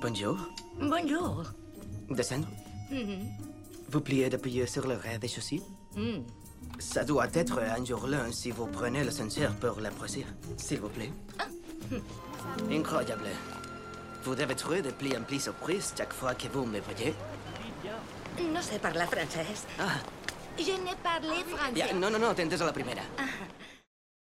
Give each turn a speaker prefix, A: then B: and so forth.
A: Bonjour.
B: Bonjour.
A: Descendre. Vous pliez d'appuyer sur le raid des chaussures.
B: Hmm.
A: Ça doit être un jour l'un si vous prenez l'ascenseur pour l'apprécier. S'il vous plaît. Incroyable. Vous devez trouver des plis en plis surprises chaque fois que vous me voyez.
B: No sé parlar francès.
A: Ah,
B: Je ne parle français.
A: ya, no, no, no, tentes a la primera.